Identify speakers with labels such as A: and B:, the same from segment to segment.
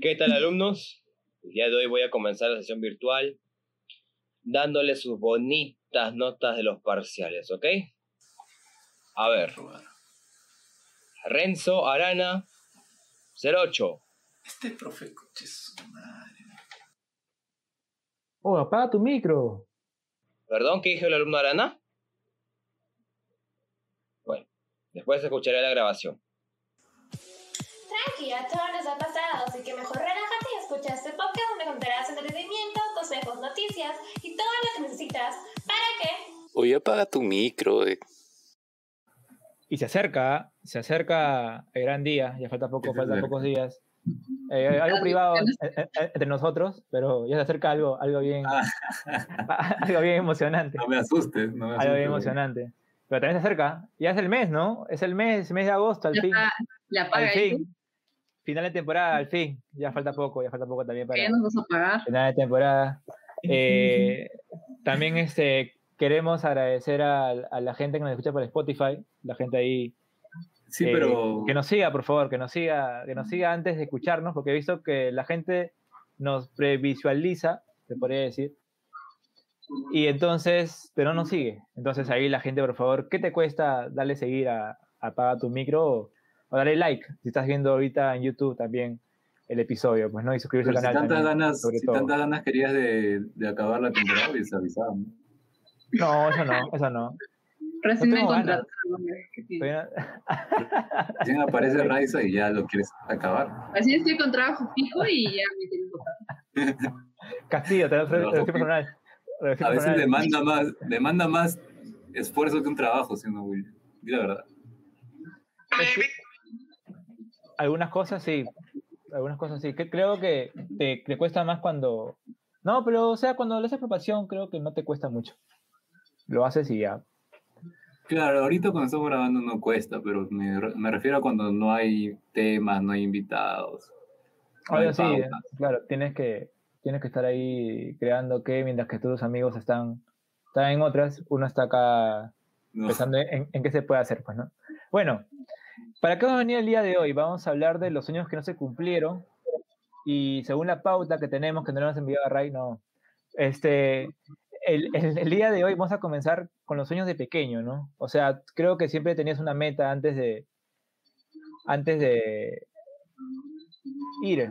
A: ¿Qué tal alumnos? El día de hoy voy a comenzar la sesión virtual dándoles sus bonitas notas de los parciales, ¿ok? A ver, Renzo Arana, 08.
B: Este profe coche su madre.
C: Oh, apaga tu micro.
A: ¿Perdón? ¿Qué dijo el alumno Arana? Bueno, después escucharé la grabación.
D: Tranqui, ya todo nos ha pasado, así que mejor relájate y escucha este podcast donde encontrarás entretenimiento, consejos, noticias y todo lo que necesitas. ¿Para qué?
E: Oye, apaga tu micro. eh.
C: Y se acerca, se acerca el gran día, ya falta poco,
B: Es
C: faltan
B: verdad.
C: pocos días. Eh, algo privado eh, eh, entre nosotros, pero ya se acerca algo, algo bien, Ah. algo bien emocionante.
B: No me asustes, no me asustes.
C: Algo bien emocionante. Pero también se acerca. Ya es el mes, ¿no? Es el mes, mes de agosto, al
F: Ya
C: fin.
F: está, La
C: Al
F: paga ahí,
C: fin. Final de temporada, al fin. Ya falta poco, ya falta poco también para
F: que ya nos vas a pagar.
C: final de temporada. Eh, también este, queremos agradecer a, a la gente que nos escucha por Spotify, la gente ahí
B: Sí,
C: eh,
B: pero.
C: Que nos siga, por favor, que nos siga, que nos siga antes de escucharnos, porque he visto que la gente nos previsualiza, se podría decir. Y entonces, pero no nos sigue. Entonces ahí la gente, por favor, ¿qué te cuesta darle seguir a Apaga tu micro o, o darle like? Si estás viendo ahorita en YouTube también el episodio, pues no, y suscribirse
B: pero
C: al
B: si
C: canal.
B: tantas,
C: también,
B: ganas,
C: sobre
B: si
C: todo.
B: tantas ganas querías de, de acabar la temporada, y avisaban. ¿no?
C: No, eso no, eso no.
F: Recién
C: No
F: me
C: tengo ganas.
F: contrataron. hombre, que sí.
C: Todavía no-
B: Recién aparece Raiza y ya lo quieres acabar.
F: Así estoy con trabajo fijo y ya me quieren votar.
C: Castillo, te lo te lo
B: Trabajo
C: estoy personal. te lo estoy
B: A veces
C: personal.
B: demanda más, demanda más esfuerzo que un trabajo, si no, William. Di la verdad.
C: Algunas cosas sí. Algunas cosas sí. Que creo que te, te cuesta más cuando. No, pero o sea, cuando lo haces por pasión, creo que no te cuesta mucho. Lo haces y ya.
B: Claro, ahorita cuando estamos grabando no cuesta, pero me, re- me refiero a cuando no hay temas, no hay invitados. no hay
C: Ahora sí, eh,
B: pautas.
C: claro, tienes que, tienes que estar ahí creando que mientras que tus amigos están, están en otras, uno está acá
B: No.
C: pensando en, en qué se puede hacer, pues, ¿no? Bueno, ¿para qué vamos a venir el día de hoy? Vamos a hablar de los sueños que no se cumplieron y según la pauta que tenemos, que no nos enviado a Ray, no. Este, el, el- el día de hoy vamos a comenzar con los sueños de pequeño, ¿no? O sea, creo que siempre tenías una meta antes de, antes de ir,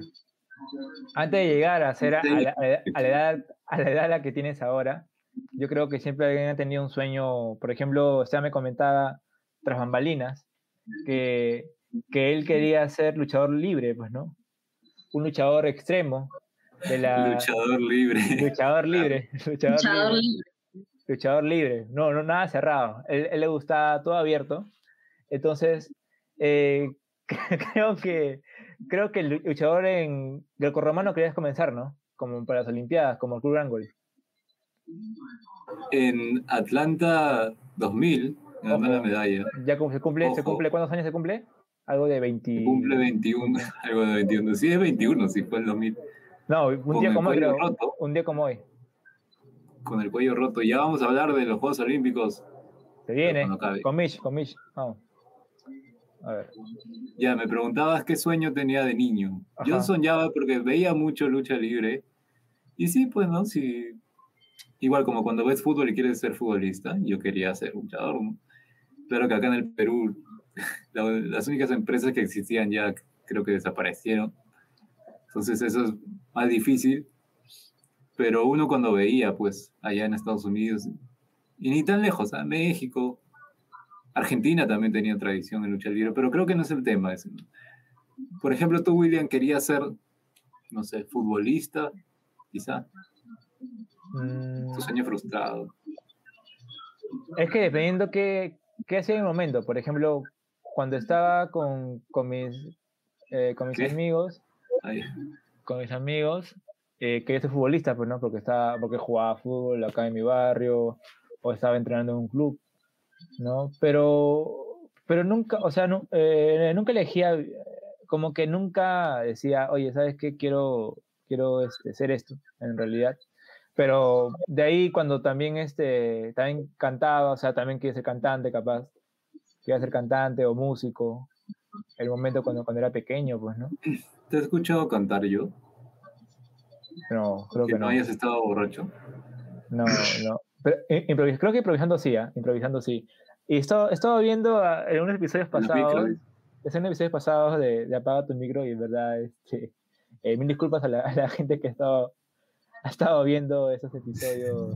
C: antes de llegar a ser a, a la, a la- a la edad, a la edad a la que tienes ahora. Yo creo que siempre alguien ha tenido un sueño, por ejemplo, o sea, me comentaba tras bambalinas que, que él quería ser luchador libre, pues, ¿no? Un luchador extremo de la
B: Luchador libre.
C: luchador libre, luchador,
F: Luchador
C: libre
F: libre.
C: luchador libre, no, no nada cerrado. Él, él le gustaba todo abierto. Entonces, eh, creo que creo que el lu- luchador en grecorromano querías comenzar, ¿no? Como para las Olimpiadas, como el Club Wrangle.
B: En Atlanta 2000 ganó
C: Ojo.
B: la medalla.
C: Ya cum- se cumple, se
B: Ojo.
C: cumple, ¿cuántos años se cumple? Algo de 20.
B: Cumple 21, algo de 21. Sí, es 21, sí, fue el 2000.
C: No, un
B: Con
C: día
B: el
C: como hoy,
B: cuello
C: creo.
B: roto.
C: Un día como hoy.
B: Con el cuello roto. Ya vamos a hablar de los Juegos Olímpicos.
C: Se viene.
B: cuando acabe.
C: Con Mitch, con Mitch. Vamos. A ver.
B: Ya, me preguntabas qué sueño tenía de niño.
C: Ajá.
B: Yo soñaba porque veía mucho lucha libre. Y sí, pues no, sí. Igual como cuando ves fútbol y quieres ser futbolista, yo quería ser luchador. ¿no? Claro que acá en el Perú, la- las únicas empresas que existían ya creo que desaparecieron. Entonces eso es más difícil. Pero uno cuando veía, pues, allá en Estados Unidos, y ni tan lejos, a México, Argentina también tenía tradición en lucha libre, pero creo que no es el tema ese. ¿no? Por ejemplo, tú, William, querías ser, no sé, futbolista, quizá.
C: Mm,
B: Tu sueño frustrado.
C: Es que dependiendo qué, qué hacía en el momento. Por ejemplo, cuando estaba con, con mis, eh, con mis
B: ¿Qué?
C: amigos,
B: Ay,
C: con mis amigos, eh, quería ser futbolista, pues no, porque estaba, porque jugaba fútbol acá en mi barrio, o estaba entrenando en un club, ¿no? Pero, pero nunca, o sea, nu- eh, nunca elegía, eh, como que nunca decía, oye, ¿sabes qué? Quiero, quiero este, ser esto, en realidad. Pero de ahí cuando también, este, también cantaba, o sea, también quería ser cantante, capaz. Quería ser cantante o músico. El momento cuando, cuando era pequeño, pues, ¿no?
B: ¿Te he escuchado cantar yo?
C: No, creo
B: que
C: que
B: no
C: no.
B: hayas estado borracho.
C: No, no. Pero, eh, improvis- creo que improvisando sí, ah, improvisando sí. Y estaba, estaba viendo ah, en unos episodios
B: En los
C: pasados,
B: micros.
C: es en episodios pasados de, de Apaga tu micro y en verdad, este, eh, mil disculpas a la, a la gente que ha estado, ha estado viendo esos episodios.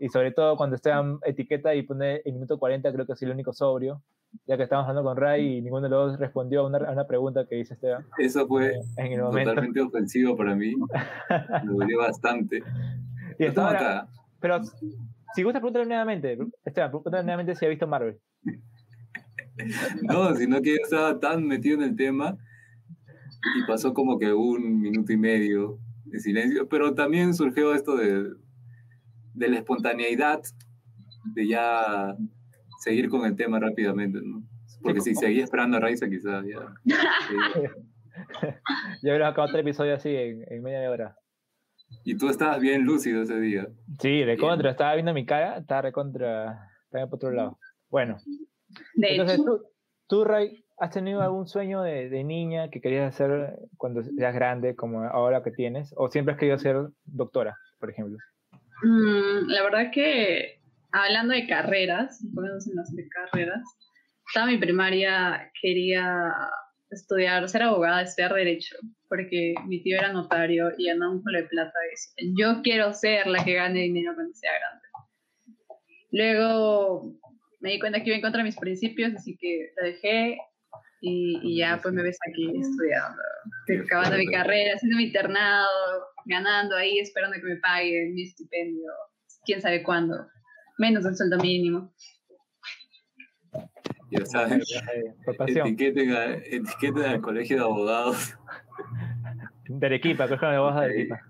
C: Y sobre todo cuando Esteban etiqueta y pone el minuto 40, creo que es el único sobrio, ya que estábamos hablando con Ray y ninguno de los dos respondió a una, a una pregunta que hizo Esteban
B: Eso fue
C: eh, en el momento.
B: totalmente ofensivo para mí. Me dolió bastante.
C: Y
B: Lo tengo
C: Esteban,
B: acá.
C: Pero si gusta, pregúntale nuevamente. Esteban, pregúntale nuevamente si ha visto Marvel.
B: No, sino que yo estaba tan metido en el tema y pasó como que un minuto y medio de silencio, pero también surgió esto de, de la espontaneidad, de ya seguir con el tema rápidamente, ¿no? Porque si seguía esperando a Raiza quizás ya... sí.
C: Ya hubiéramos acabado otro episodio así en, en media hora.
B: Y tú estabas bien lúcido ese día.
C: Sí, de contra. Estaba viendo mi cara, estaba recontra. Estaba por otro lado. Bueno,
F: De
C: entonces
F: hecho,
C: tú, tú, Ray, ¿has tenido algún sueño de, de niña que querías hacer cuando seas grande, como ahora que tienes? ¿O siempre has querido ser doctora, por ejemplo?
F: mm, la verdad que hablando de carreras, poniéndonos en las de carreras, toda mi primaria quería estudiar, ser abogada, estudiar derecho, porque mi tío era notario y ganaba un culo de plata y decía, yo quiero ser la que gane dinero cuando sea grande. Luego me di cuenta que iba en contra de mis principios, así que la dejé y, y ya pues me ves aquí estudiando,
B: Qué
F: acabando mi
B: fuerte.
F: carrera, haciendo mi internado, ganando ahí, esperando que me paguen mi estipendio, quién sabe cuándo, menos el sueldo mínimo.
B: Ya sabes,
C: Eh, Por pasión.
B: etiqueten, a- etiqueten al colegio de abogados
C: De Arequipa, creo que me vas de Arequipa.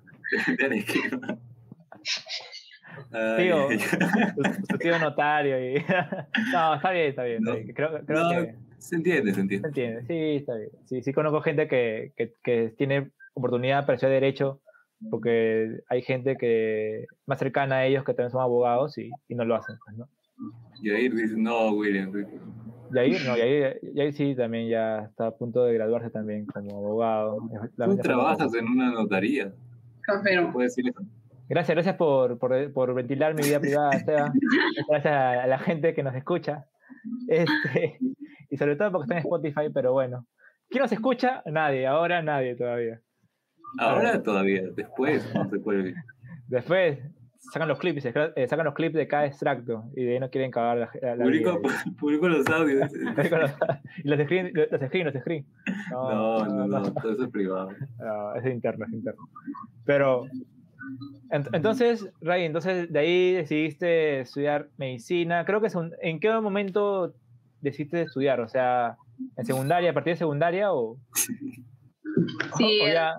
B: de Arequipa. Ay,
C: Tío,
B: ay, ay.
C: tu- tu tío notario y... No, está bien, está bien. está
B: No,
C: bien. Creo, creo
B: no,
C: que...
B: Se entiende, se
C: Se
B: entiende.
C: entiende, sí, está bien. Sí, sí conozco gente que, que, que tiene oportunidad para estudiar derecho, porque hay gente que más cercana a ellos que también son abogados y, y no lo hacen, pues, ¿no?
B: Y ahí dice, no, William,
C: Y ahí, no, y ahí, y ahí sí también ya está a punto de graduarse también como abogado.
B: tú
C: Lamentablemente-
B: trabajas en una notaría.
F: Confirmo.
B: ¿Puedes decir eso?
C: Gracias, gracias por, por, por ventilar mi vida privada, Seba. Muchas Gracias a, a la gente que nos escucha. Este, y sobre todo porque está en Spotify, pero bueno. ¿Quién nos escucha? Nadie, ahora nadie todavía.
B: Ahora todavía, después, no se cuelgue.
C: Después sacan los clips, eh, sacan los clips de cada extracto y de ahí no quieren cagar la, la- la
B: Publico,
C: vida.
B: publico los audios.
C: Publico los- y los screen, los screen, los screen.
B: No, no, no, todo eso es privado.
C: no, es interno, es interno. Pero ent- entonces, Ray, entonces de ahí decidiste estudiar medicina. Creo que es un- en qué momento decidiste estudiar, o sea, en secundaria, a partir de secundaria o,
F: Sí,
C: o ya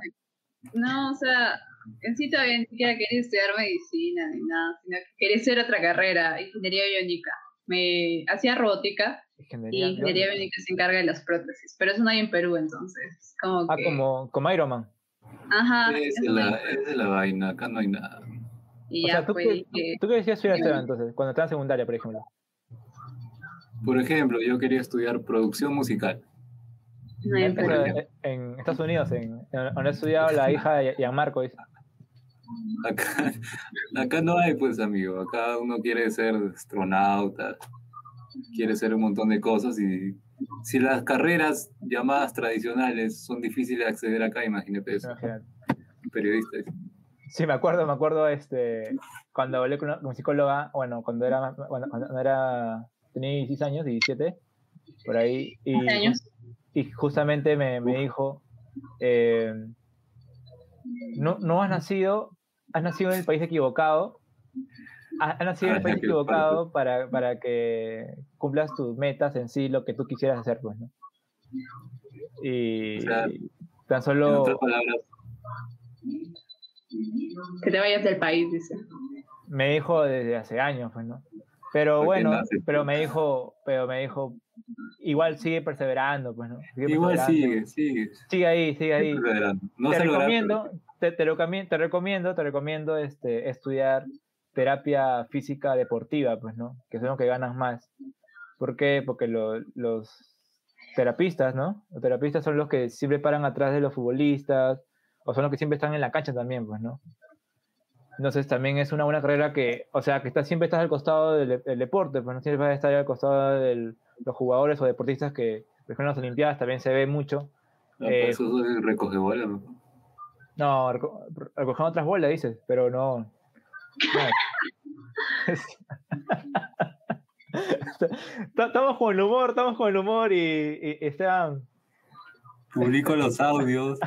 F: No, o sea, en sí todavía ni siquiera quería estudiar medicina ni nada, sino que quería hacer otra carrera, ingeniería biónica. Me hacía robótica y
C: ingeniería.
F: ingeniería biónica se encarga de las prótesis, pero eso no hay en Perú entonces, como
C: Ah,
F: que...
C: como, como Iron Man.
F: Ajá,
B: Esa es
F: eso no hay.
B: la, esa es la vaina, acá no hay nada.
F: y
C: O
F: ya
C: sea, ¿tú
F: fue
C: qué,
F: que- Ah,
C: tú qué decías estudiar Esteban, entonces, cuando estabas en secundaria, por ejemplo?
B: Por ejemplo, yo quería estudiar producción musical.
F: no hay en
C: Eso
F: Perú.
B: ejemplo.
C: en en Estados Unidos, en, en donde ha estudiado la hija de Gianmarco, dice.
B: Acá, acá no hay, pues, amigo. Acá uno quiere ser astronauta, quiere ser un montón de cosas. Y si las carreras llamadas tradicionales son difíciles de acceder acá, imagínate eso.
C: Imagínate.
B: Periodistas.
C: Sí, me acuerdo, me acuerdo este, cuando hablé con una con mi psicóloga, bueno, cuando era, más- cuando, cuando era, tenía 16 años, 17, por ahí, y,
F: Hace años.
C: y justamente me, me dijo, eh, no, no has nacido, has nacido en el país equivocado, ha- has, nacido en el
B: Ah,
C: país
B: qué
C: equivocado para, para que cumplas tus metas en sí, lo que tú quisieras hacer, pues, ¿no? Y
B: O sea,
C: tan
B: En
C: solo...
B: otras palabras,
F: Que te vayas del país, dice.
C: me dijo desde hace años, pues, ¿no? Pero
B: Porque
C: bueno,
B: nace.
C: pero me dijo, pero me dijo, igual sigue perseverando, pues, ¿no? Sigue
B: igual
C: perseverando.
B: sigue, sigue.
C: Sigue ahí, sigue ahí.
B: siempre verán. No
C: te
B: se logra, pero
C: recomiendo, te, te, lo cami- te recomiendo, te recomiendo este, estudiar terapia física deportiva, pues, ¿no? Que son los que ganas más. ¿Por qué? Porque lo- los terapistas, ¿no? Los terapistas son los que siempre paran atrás de los futbolistas, o son los que siempre están en la cancha también, pues, ¿no? Entonces también es una buena carrera que, o sea, que está, siempre estás al costado del, del deporte, pues no siempre vas a estar al costado de los jugadores o deportistas que, por ejemplo, en las Olimpiadas también se ve mucho.
B: Ah,
C: Eh,
B: pues eso es recoge bola, ¿no?
C: No, reco- re- recogen otras bolas, dices, pero no. no. Ta- estamos con el humor, estamos con el humor y, y- y Esteban,
B: Publico los audios.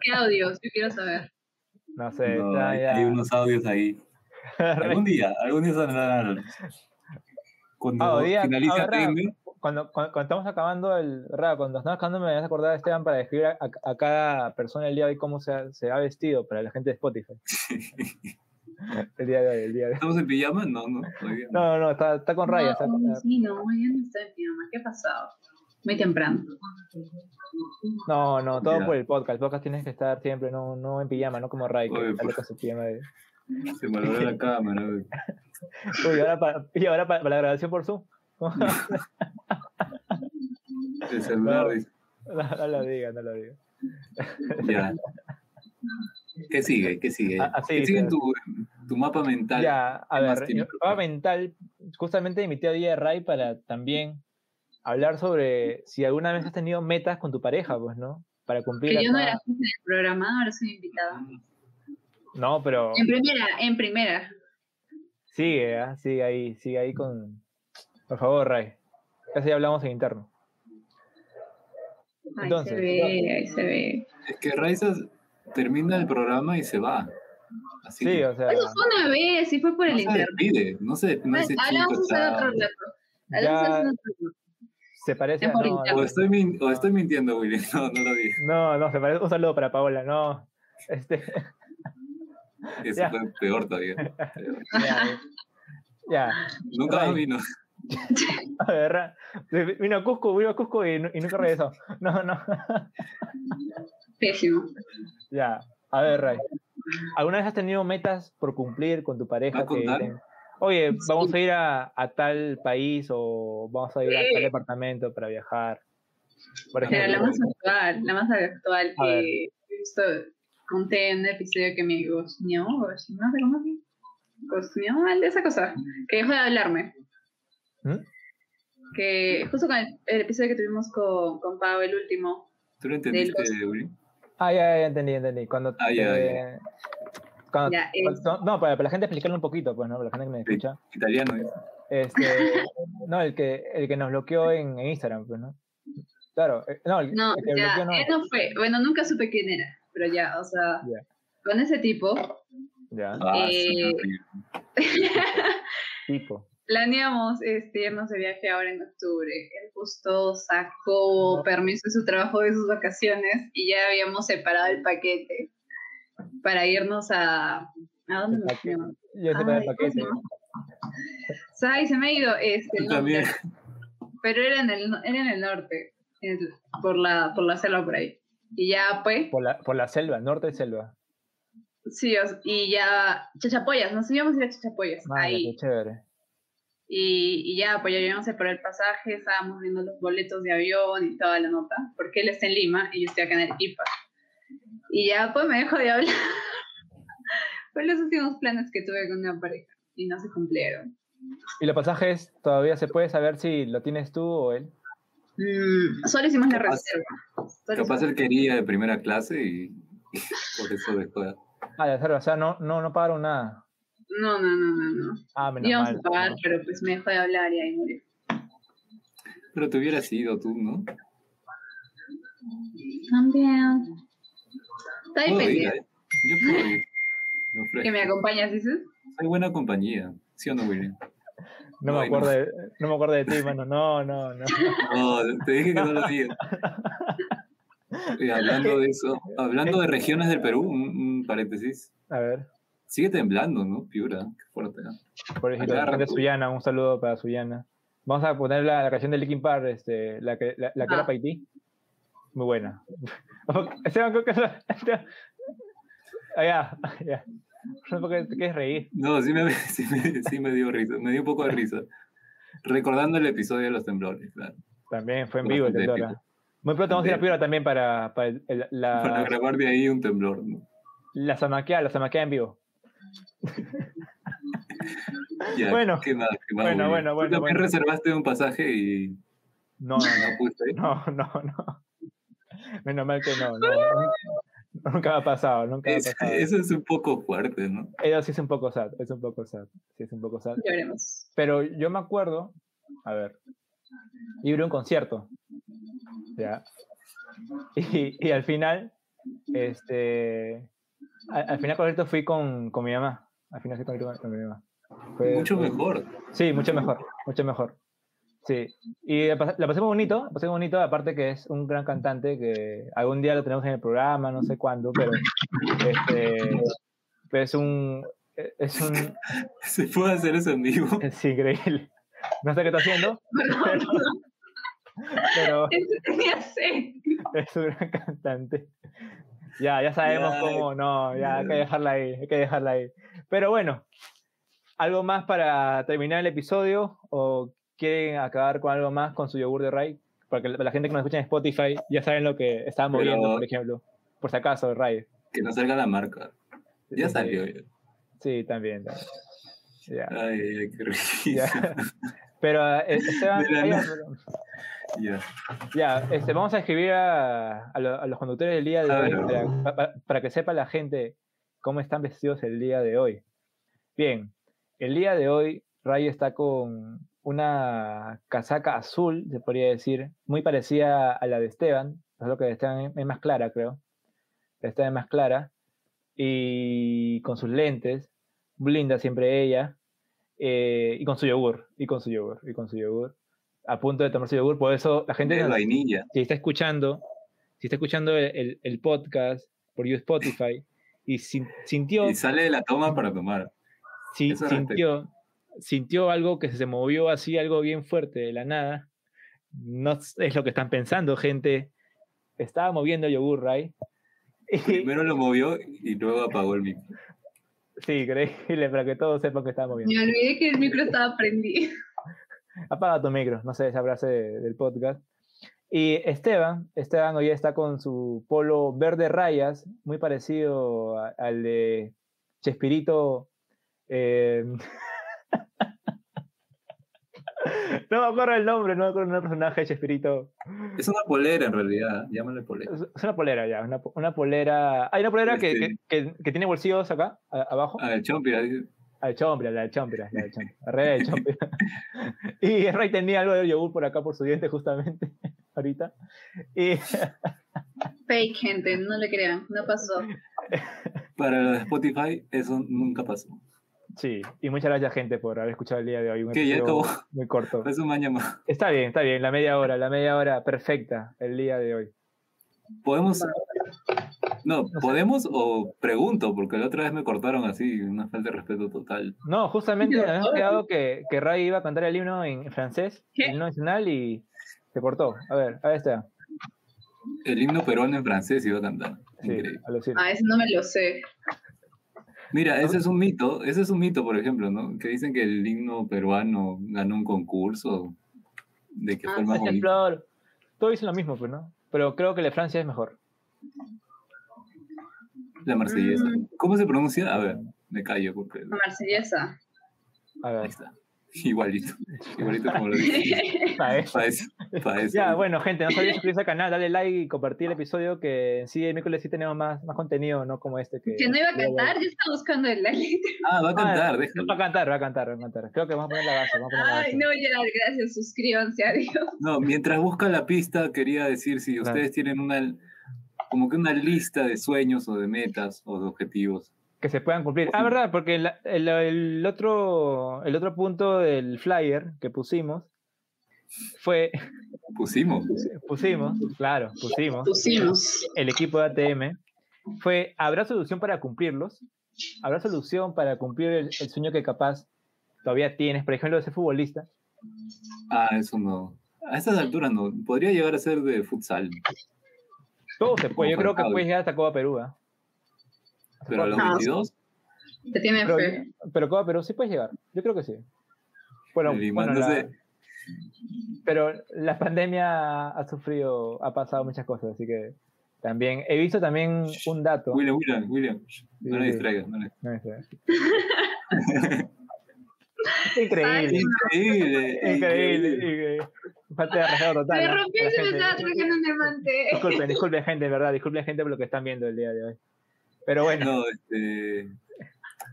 F: ¿Qué audios? Yo quiero saber.
C: no sé,
B: No,
C: está
B: hay,
C: ya.
B: hay unos audios ahí. Algún día, algún día saldrán a la luz. Cuando
C: Ah, hoy día-
B: finalice
C: ahora-
B: TM,
C: cuando, cuando, cuando estamos acabando el ra, cuando estamos acabando me vas a acordar Esteban para describir a, a- a cada persona el día de hoy cómo se ha, se ha vestido para la gente de Spotify. el día de hoy, el día de hoy.
B: ¿estamos en pijama? No, no, todavía
C: No,
B: no.
C: no, no, está, está con rayas. está con-
F: No, sí, no, ya no estoy en pijama. ¿Qué ha pasado? Muy temprano.
C: No, no, todo
B: Ya.
C: por el podcast. El podcast tienes que estar siempre, no, no en pijama, no como Ray, que
B: Oye,
C: está
B: pues.
C: loco su pijama de-
B: Se me olvidó la cámara. güey.
C: Uy, ahora para, y ahora para, para la grabación por Zoom.
B: El celular
C: No.
B: dice,
C: No, no lo diga, no lo diga.
B: ya. ¿Qué sigue? ¿Qué sigue?
C: Ah, así
B: ¿Qué sigue en
C: dice.
B: tu, tu mapa mental?
C: Ya, a
B: ¿Qué más
C: ver,
B: tiene?
C: el programa mental, justamente invité a día de Ray para también hablar sobre si alguna vez has tenido metas con tu pareja, pues, ¿no? Para cumplir.
F: Que yo no
C: acá.
F: era jefe del programa, ahora soy invitada.
C: No, pero
F: En primera, en primera.
C: sigue, ¿ah? sigue ahí, sigue ahí con. Por favor, Ray. Eso ya hablamos en interno.
F: Ahí
C: Entonces,
F: se ve, ahí se ve.
B: Es que Raizas termina el programa y se va. Así
C: Sí,
B: que
C: o sea.
F: Eso fue una vez y fue por el
B: no se
F: internet.
B: despide, no se no dice
F: Hablamos
B: chico,
F: de otro
B: chao.
F: rato.
C: Ya-
F: Hablamos de otro rato.
C: Se parece
F: Es
C: a.
F: por
C: No,
F: interno.
B: O estoy, min- o estoy mintiendo, Willy. No, no lo dije.
C: no, no, se parece. Un saludo para Paola, no. Este.
B: Eso
C: Ya.
B: fue peor todavía. Peor.
C: Ya. ya.
B: Nunca más
C: Ray.
B: vino.
C: De verdad. Se vi- Vino a Cusco, vino a Cusco y, nu- y nunca regresó. No, no.
F: Pésimo.
C: Ya. A ver, Ray. ¿Alguna vez has tenido metas por cumplir con tu pareja?
B: ¿Va
C: que
B: a contar?
C: dicen, Oye, vamos a ir a, a tal país o vamos a ir a tal departamento para viajar. Por
F: Pero la
C: ejemplo.
F: más actual, la más actual
C: A ver.
F: que esto, conté en un episodio que me gozneó, no sé cómo que gozneó mal de esa cosa, que dejó de hablarme.
C: ¿Mm?
F: Que justo con el, el episodio que tuvimos con, con Pau, el último,
B: ¿Tú lo entendiste, Willy?
C: Ah, ya, ya entendí, entendí. Cuando
B: Ah, ya,
C: te- cuando-
F: Ya,
C: cuando- no, para, para la gente explicarle un poquito, pues, ¿no? Para la gente que me
B: Sí.
C: escucha.
B: Italiano. ¿eh?
C: Este, no, el que, el que nos bloqueó en, en Instagram, pues, ¿no? Claro, eh, no, el,
F: No,
C: el que
F: ya,
C: bloqueó no.
F: él no fue. Bueno, nunca supe quién era, pero ya, o sea,
C: Ya.
F: con ese tipo
C: Ya,
B: Ah, sí,
F: Eh,
B: horrible.
C: tipo.
F: planeamos este, irnos de viaje ahora en octubre. Él justo sacó permiso de su trabajo de sus vacaciones y ya habíamos separado el paquete para irnos a. ¿A dónde
C: El
F: me
C: paquete.
F: fui?
C: Yo sé para el
F: Ay, ¿cómo
C: paquete.
F: se llama? Ay, se me ha ido este,
B: Tú
F: el nombre,
B: también.
F: pero era en el, era en el norte, en- por, la, por la selva por ahí. Y ya, pues,
C: Por la, por la selva, norte de selva.
F: sí, o- y ya, chachapoyas, nos íbamos a ir a chachapoyas,
C: Madre,
F: ahí.
C: qué chévere.
F: Y, y ya, pues ya habíamos separado el pasaje, estábamos viendo los boletos de avión y toda la nota, porque él está en Lima y yo estoy acá en Arequipa. Y ya, pues me dejó de hablar. Fueron los últimos planes que tuve con una pareja y no se cumplieron.
C: ¿Y los pasajes todavía se puede saber si lo tienes tú o él?
F: Mm, solo hicimos la
B: Capaz-
F: reserva. Solo
B: Capaz
F: hicimos-
B: él quería de primera clase y por eso dejó. de-
C: Ah, la selva, o sea, no, no, no pagaron nada.
F: No, no, no, no. no.
C: Ah, menos
F: Íbamos
C: mal.
F: a pagar,
C: ¿no?
F: pero pues me dejó de hablar y ahí murió.
B: Pero te hubieras ido tú, ¿no?
F: También. Está ahí
B: Puedo ir,
F: pendiente.
B: ¿eh? Yo puedo ir. Me ofrezco.
F: Que me acompañas, dices.
B: Soy buena compañía. ¿Sí o no, Willy?
C: No me
B: Ay, no.
C: acuerdo de, no me acuerdo de ti, mano. No, no, no.
B: No, te dije que no lo digas. Y hablando de eso, hablando de regiones del Perú, un, un paréntesis.
C: A ver,
B: Sigue temblando, ¿no? Piura, qué fuerte. ¿eh? ¿no?
C: pobrecito, la
B: Agarra pues.
C: gente de
B: tú.
C: Suyana, un saludo para Suyana. Vamos a poner la, la canción de Linkin Park, este, la que, la, la que era
F: Ah.
C: para Haití. Muy buena. Esteban, creo que es la- Ah, Esteban. Allá, allá. Porque te quieres reír.
B: No, sí me, sí, me, sí me dio risa, me dio un poco de risa. Recordando el episodio de los temblores, claro.
C: También fue en vivo el
B: Bastante
C: temblor.
B: épico.
C: ¿ah? Muy pronto vamos a ir a
B: Bastante.
C: Piura también para, para el- el-
B: Para
C: la,
B: grabar de ahí un temblor. ¿no?
C: la zamaquea, la zamaquea en vivo.
B: Ya,
C: Bueno.
B: ¿qué más? ¿Qué más,
C: Bueno,
B: Uriel?
C: bueno,
B: Tú
C: bueno,
B: También
C: bueno.
B: reservaste un pasaje y
C: No, no,
B: no puse.
C: no, no, no, no. Menos mal que no, no. Nunca, nunca me ha pasado, nunca me ha
B: Es-
C: pasado.
B: eso es un poco fuerte, ¿no?
C: Eso sí es un poco sad, es un poco sad, sí es un poco sad.
F: Lloremos.
C: Pero yo me acuerdo, a ver, libre un concierto. Ya. Y, y al final, este. Al, al final, correcto, fui con, con mi mamá. Al final, sí, con, con mi mamá. Fue-
B: Mucho
C: fue-
B: mejor.
C: Sí, mucho mejor, mucho mejor. Sí. Y la pas- la pasé muy bonito, la pasé muy bonito, aparte que es un gran cantante que algún día lo tenemos en el programa, no sé cuándo, pero este, pero es un es un
B: Se puede hacer eso en vivo.
C: es increíble. No sé qué está haciendo, pero
F: Ya sé.
C: es un gran cantante. Ya, ya sabemos
B: Ya,
C: cómo, no, ya hay que
B: ya.
C: dejarla ahí, hay que dejarla ahí. Pero bueno, ¿algo más para terminar el episodio? ¿O quieren acabar con algo más con su yogur de Ray? Para que la la gente que nos escucha en Spotify ya saben lo que estaba moviendo,
B: Pero-
C: por ejemplo. Por si acaso, Ray.
B: Que no salga la marca. Ya
C: Sí,
B: salió. ya.
C: Sí, también. también. Ya,
B: Ay, ay,
C: ya.
B: qué risa.
C: Pero, eh, Esteban,
B: Mira,
C: hay
B: no.
C: algo-
B: Ya.
C: Ya, este, vamos a escribir a, a lo- a los conductores del día de
B: A
C: hoy
B: ver.
C: para, pa- pa- para que sepa la gente cómo están vestidos el día de hoy. Bien, el día de hoy Ray está con una casaca azul, se podría decir, muy parecida a la de Esteban, solo que de Esteban es más clara, creo. La de Esteban es más clara. Y con sus lentes, blinda siempre ella, eh, y con su yogur, y con su yogur, y con su yogur. A punto de tomar su yogur, por eso la gente...
B: De
C: nos-
B: vainilla.
C: si está escuchando, si está escuchando el, el- el podcast por You Spotify y sin- sintió,
B: Y sale de la toma para tomar.
C: si-
B: eso respeto.
C: sintió, sintió algo que se movió así, algo bien fuerte de la nada, no s- es lo que están pensando, gente. Estaba moviendo yogur, Ray. Y-
B: Primero lo movió y luego apagó el micro.
C: sí, increíble, para que todos sepan que estaba moviendo.
F: Me olvidé que el micro estaba prendido.
C: Apaga tu micro, no sé esa frase de- del podcast. Y Esteban, Esteban hoy está con su polo verde rayas, muy parecido a- al de Chespirito. eh, no me acuerdo el nombre, no me acuerdo el nombre del personaje de Chespirito.
B: Es una polera en realidad. Llámale polera.
C: Es es una polera ya, una, po- una polera. Hay una polera que, que,
B: Este-
C: que- que tiene bolsillos acá, a- abajo.
B: A ver, Chompi, ahí-
C: Al chompira, la del chompira, la del chompira. La red del chompira. y Ray tenía algo de yogur por acá por su diente, justamente, ahorita. Y
F: Fake, gente, no le crean, no pasó.
B: para los de Spotify, eso nunca pasó.
C: sí, y muchas gracias, gente, por haber escuchado el día de hoy. Un
B: Que ya
C: episodio
B: acabó.
C: muy corto.
B: Fue su maña más.
C: Está bien, está bien, la media hora, la media hora perfecta el día de hoy.
B: Podemos. No, podemos o pregunto, porque la otra vez me cortaron así, una falta de respeto total.
C: No, justamente
F: Media
C: habíamos
F: hora.
C: quedado que, que Ray iba a cantar el himno en francés,
F: ¿Qué?
C: el himno nacional, y se cortó. A ver, ahí está.
B: El himno peruano en francés iba a cantar.
C: Sí,
B: Increíble.
C: alucina.
F: Ah, eso no me lo sé.
B: Mira, ese es un mito, ese es un mito, por ejemplo, ¿no? Que dicen que el himno peruano ganó un concurso de que
F: Ah,
B: fue el más
C: Gracias,
B: bonito.
C: Flor. Todos dicen lo mismo, pues, ¿no? Pero creo que el de Francia es mejor.
B: La marsellesa.
F: Mm.
B: ¿Cómo se pronuncia? A ver, me callo porque
F: La marsellesa.
C: A ver.
B: ahí está. Igualito, igualito como lo dije.
C: Ah, es-
B: Para eso, para eso.
C: Ya, bueno, gente, no se olviden suscribirse al canal, dale like y compartir el episodio que en sí el miércoles sí tenemos más, más contenido, no como este que...
F: Que no iba a
C: que ya-
F: cantar, yo estaba buscando el like.
B: Ah, va a cantar,
C: Va a
B: déjalo.
C: cantar, va a cantar, va a cantar. Creo que vamos a poner la base, vamos a poner la base.
F: Ay, no, ya, gracias, suscríbanse, adiós.
B: No, mientras busca la pista, quería decir si
C: Claro.
B: ustedes tienen una, como que una lista de sueños o de metas o de objetivos.
C: Que se puedan cumplir. Ah, verdad, porque la- el, el otro, el otro punto del flyer que pusimos fue,
B: Pusimos.
C: pusimos, claro, pusimos,
F: Pusimos.
C: el equipo de ATM, fue, ¿habrá solución para cumplirlos? ¿Habrá solución para cumplir el, el sueño que capaz todavía tienes? Por ejemplo, ese futbolista.
B: Ah, eso no. A estas alturas no. Podría llegar a ser de futsal,
C: Todo se puede. Yo creo que
B: Confortable.
C: puedes llegar hasta Copa Perú. ¿ah? Hasta
B: pero a
C: Copa
B: los
C: Perú.
F: Ah.
B: 22
F: Te tienen
C: Pero,
F: fe.
C: pero Copa Perú sí puedes llegar. Yo creo que sí. Bueno,
B: El
C: bueno,
B: imán, no
C: la-
B: sé.
C: Pero la pandemia ha sufrido, ha pasado muchas cosas, así que también he visto también un dato.
B: William, William, William. No
C: Sí,
B: le
C: sí.
B: distraigas. No le...
C: No me sé. increíble,
B: Increíble.
C: increíble, increíble. Falta de respeto total.
G: Me
C: ¿no?
G: rompí
C: A
G: y
C: la
G: me
C: gente.
G: estaba tragando un diamante.
C: Disculpen, disculpen gente, de verdad, disculpen gente por lo que están viendo el día de hoy. Pero bueno,
B: No, este.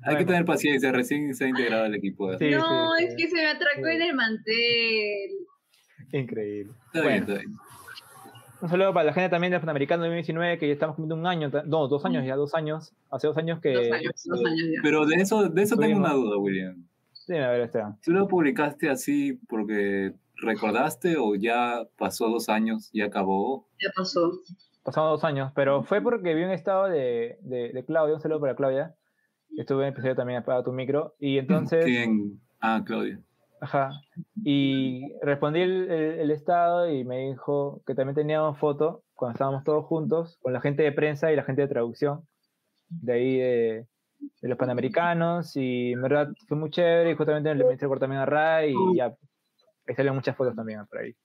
B: Hay que
C: Bueno.
B: tener paciencia, recién se ha integrado al equipo.
C: Sí,
G: no,
C: sí,
G: es
C: sí.
G: que se me atracó
C: Sí.
G: en el mantel.
C: increíble.
B: Está bien,
C: Bueno.
B: está bien.
C: Un saludo para la gente también de Panamericano 2019, que ya estamos cumpliendo un año, ta- no, dos años ya, dos años. Hace dos años que...
F: Dos años, dos años ya.
B: Pero de eso, de eso tengo
C: Tuvimos-
B: una duda, William.
C: Dime, a ver, este, Esteban.
B: ¿Tú lo publicaste así porque recordaste o ya pasó dos años y acabó?
F: Ya pasó.
C: Pasaron dos años, pero fue porque vi un estado de, de, de Claudia, un saludo para Claudia. que Estuve en el episodio también apaga tu micro. Y entonces...
B: ¿Quién? Ah, Claudia.
C: Ajá. Y respondí el, el- el estado y me dijo que también teníamos foto cuando estábamos todos juntos, con la gente de prensa y la gente de traducción, de ahí de, de los panamericanos. Y en verdad fue muy chévere. Y justamente le metí el también a Ray y ya. Ahí salieron muchas fotos también por ahí.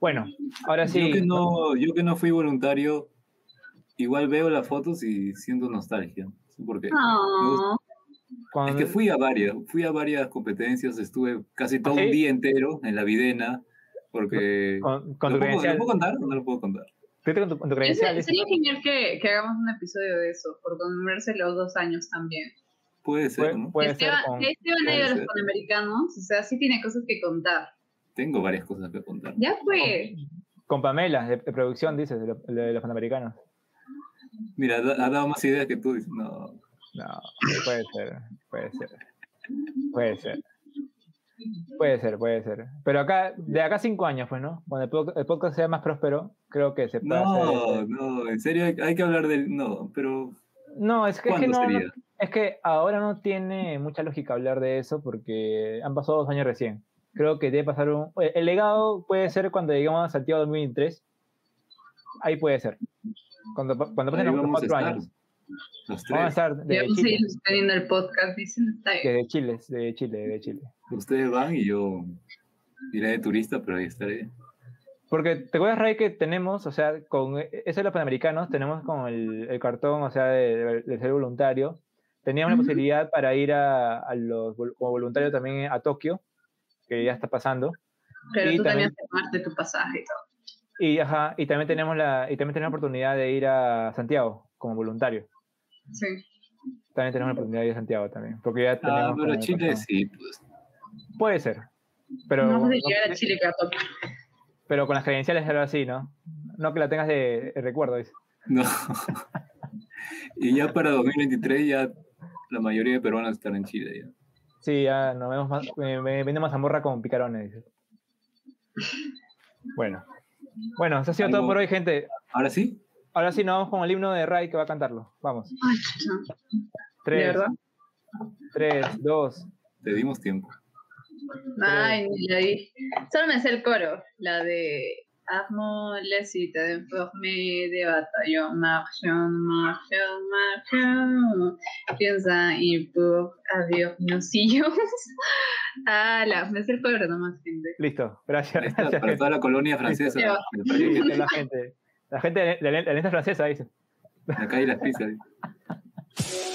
C: Bueno, ahora sí.
B: Yo, que no, yo que no fui voluntario, igual veo las fotos y siento nostalgia. ¿sí? Porque
F: No,
C: con-
B: es que fui a varias, fui a varias competencias, estuve casi todo
C: ¿Ah, ¿Sí?
B: un día entero en la videna, porque...
C: con, con tu
B: ¿Lo puedo-
C: credencial.
B: ¿Lo puedo contar? o No lo puedo contar.
C: Fíjate con tu, con tu
F: Ese-
C: credencial.
F: sería genial que, que hagamos un episodio de eso, por conmemorárselo los dos años también.
B: Puede ser,
C: Puede,
B: ¿no?
C: puede ser
F: Esteban,
C: con-
F: Esteban ha ido a
B: puede
F: los
B: ser.
F: panamericanos, o sea, sí tiene cosas que contar.
B: Tengo varias cosas que contar.
F: Ya fue.
C: con Pamela, de, de producción, dices, de, lo- de los panamericanos.
B: Mira, da- ha dado más ideas que tú. dices, No,
C: No, puede ser, puede ser. Puede ser. Puede ser, puede ser. Pero acá, de acá a cinco años, pues, ¿no? Cuando el pod- el podcast sea más próspero, creo que se puede hacer.
B: no,
C: ese-
B: no, en serio hay, hay que hablar del... No, pero
C: No, es que, es que
B: ¿cuándo
C: no, no-
B: sería?
C: es que ahora no tiene mucha lógica hablar de eso porque han pasado dos años recién. Creo que debe pasar un... el- El legado puede ser cuando lleguemos a Santiago 2003. Ahí puede ser. Cuando, pa- cuando
B: Ahí
C: pasen los
B: vamos a
C: cuatro
B: estar.
C: años.
B: Los
C: Vamos a
B: tres.
C: estar de
F: Debemos
C: Chile,
F: seguir suspendiendo el podcast, dicen. Está bien.
C: de Chile, de Chile, de Chile.
B: Ustedes van y yo iré de turista, pero ahí estaré.
C: Porque te acuerdas, Ray, que tenemos, o sea, con e- eso de los panamericanos, tenemos con el, el cartón, o sea, de, de- de ser voluntario, teníamos la
F: Ujú.
C: posibilidad para ir a, a los, vol- como voluntario también eh, a Tokio, que ya está pasando.
F: Pero
C: Y
F: tú también
C: también-
F: firmaste tu pasaje y todo.
C: Y, ajá, y también tenemos la, y también tenemos la oportunidad de ir a Santiago como voluntario.
F: Sí.
C: También tenemos la oportunidad de ir a Santiago también, porque ya tenemos.
B: Ah,
C: como
B: pero
C: el
B: Chile
C: cartón.
B: sí, pues.
C: Puede ser, pero,
F: Vamos a llegar a Chile cada toque.
C: pero con las credenciales era así, ¿no? No que la tengas de, de recuerdo, dice.
B: No. y ya para 2023 ya la mayoría de peruanos estarán en Chile ya.
C: Sí, ya nos vemos más, me, me vende mazamorra con picarones. dice. Bueno. Bueno, eso ha sido todo
B: Algo-
C: por hoy, gente.
B: Ahora sí,
C: Ahora sí, nos vamos con el himno de Ray que va a cantarlo. Vamos.
F: Ay, chucha. ¿De
C: Tres,
F: verdad?
C: tres, dos.
B: te dimos tiempo.
F: Ay, ni la vi. Solo me sé el coro, la de Hazmo la cita de informe de batallón, marchón, marchón, marchón. Piensa y por adiós, nosillos. Ala, me sé el coro nomás, gente.
C: Listo. Gracias.
B: Ahí está,
C: gracias,
B: para
C: gente.
B: toda la colonia francesa.
F: Ahí
B: El parque
C: Gracias a La gente, la gente de la, de la alianza francesa dice.
B: que- la calle Las Pizzas.